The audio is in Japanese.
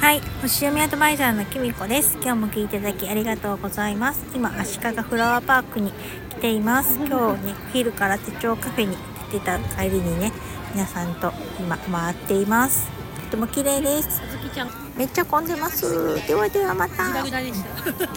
はい、星読みアドバイザーのきみこです。今日も聞いていただきありがとうございます。今、足利フラワーパークに来ています。今日ね、昼から手帳カフェに出てた帰りにね、皆さんと今回っています。とても綺麗です。ずきちゃん、めっちゃ混んでます。ではではまた。グダグダでした。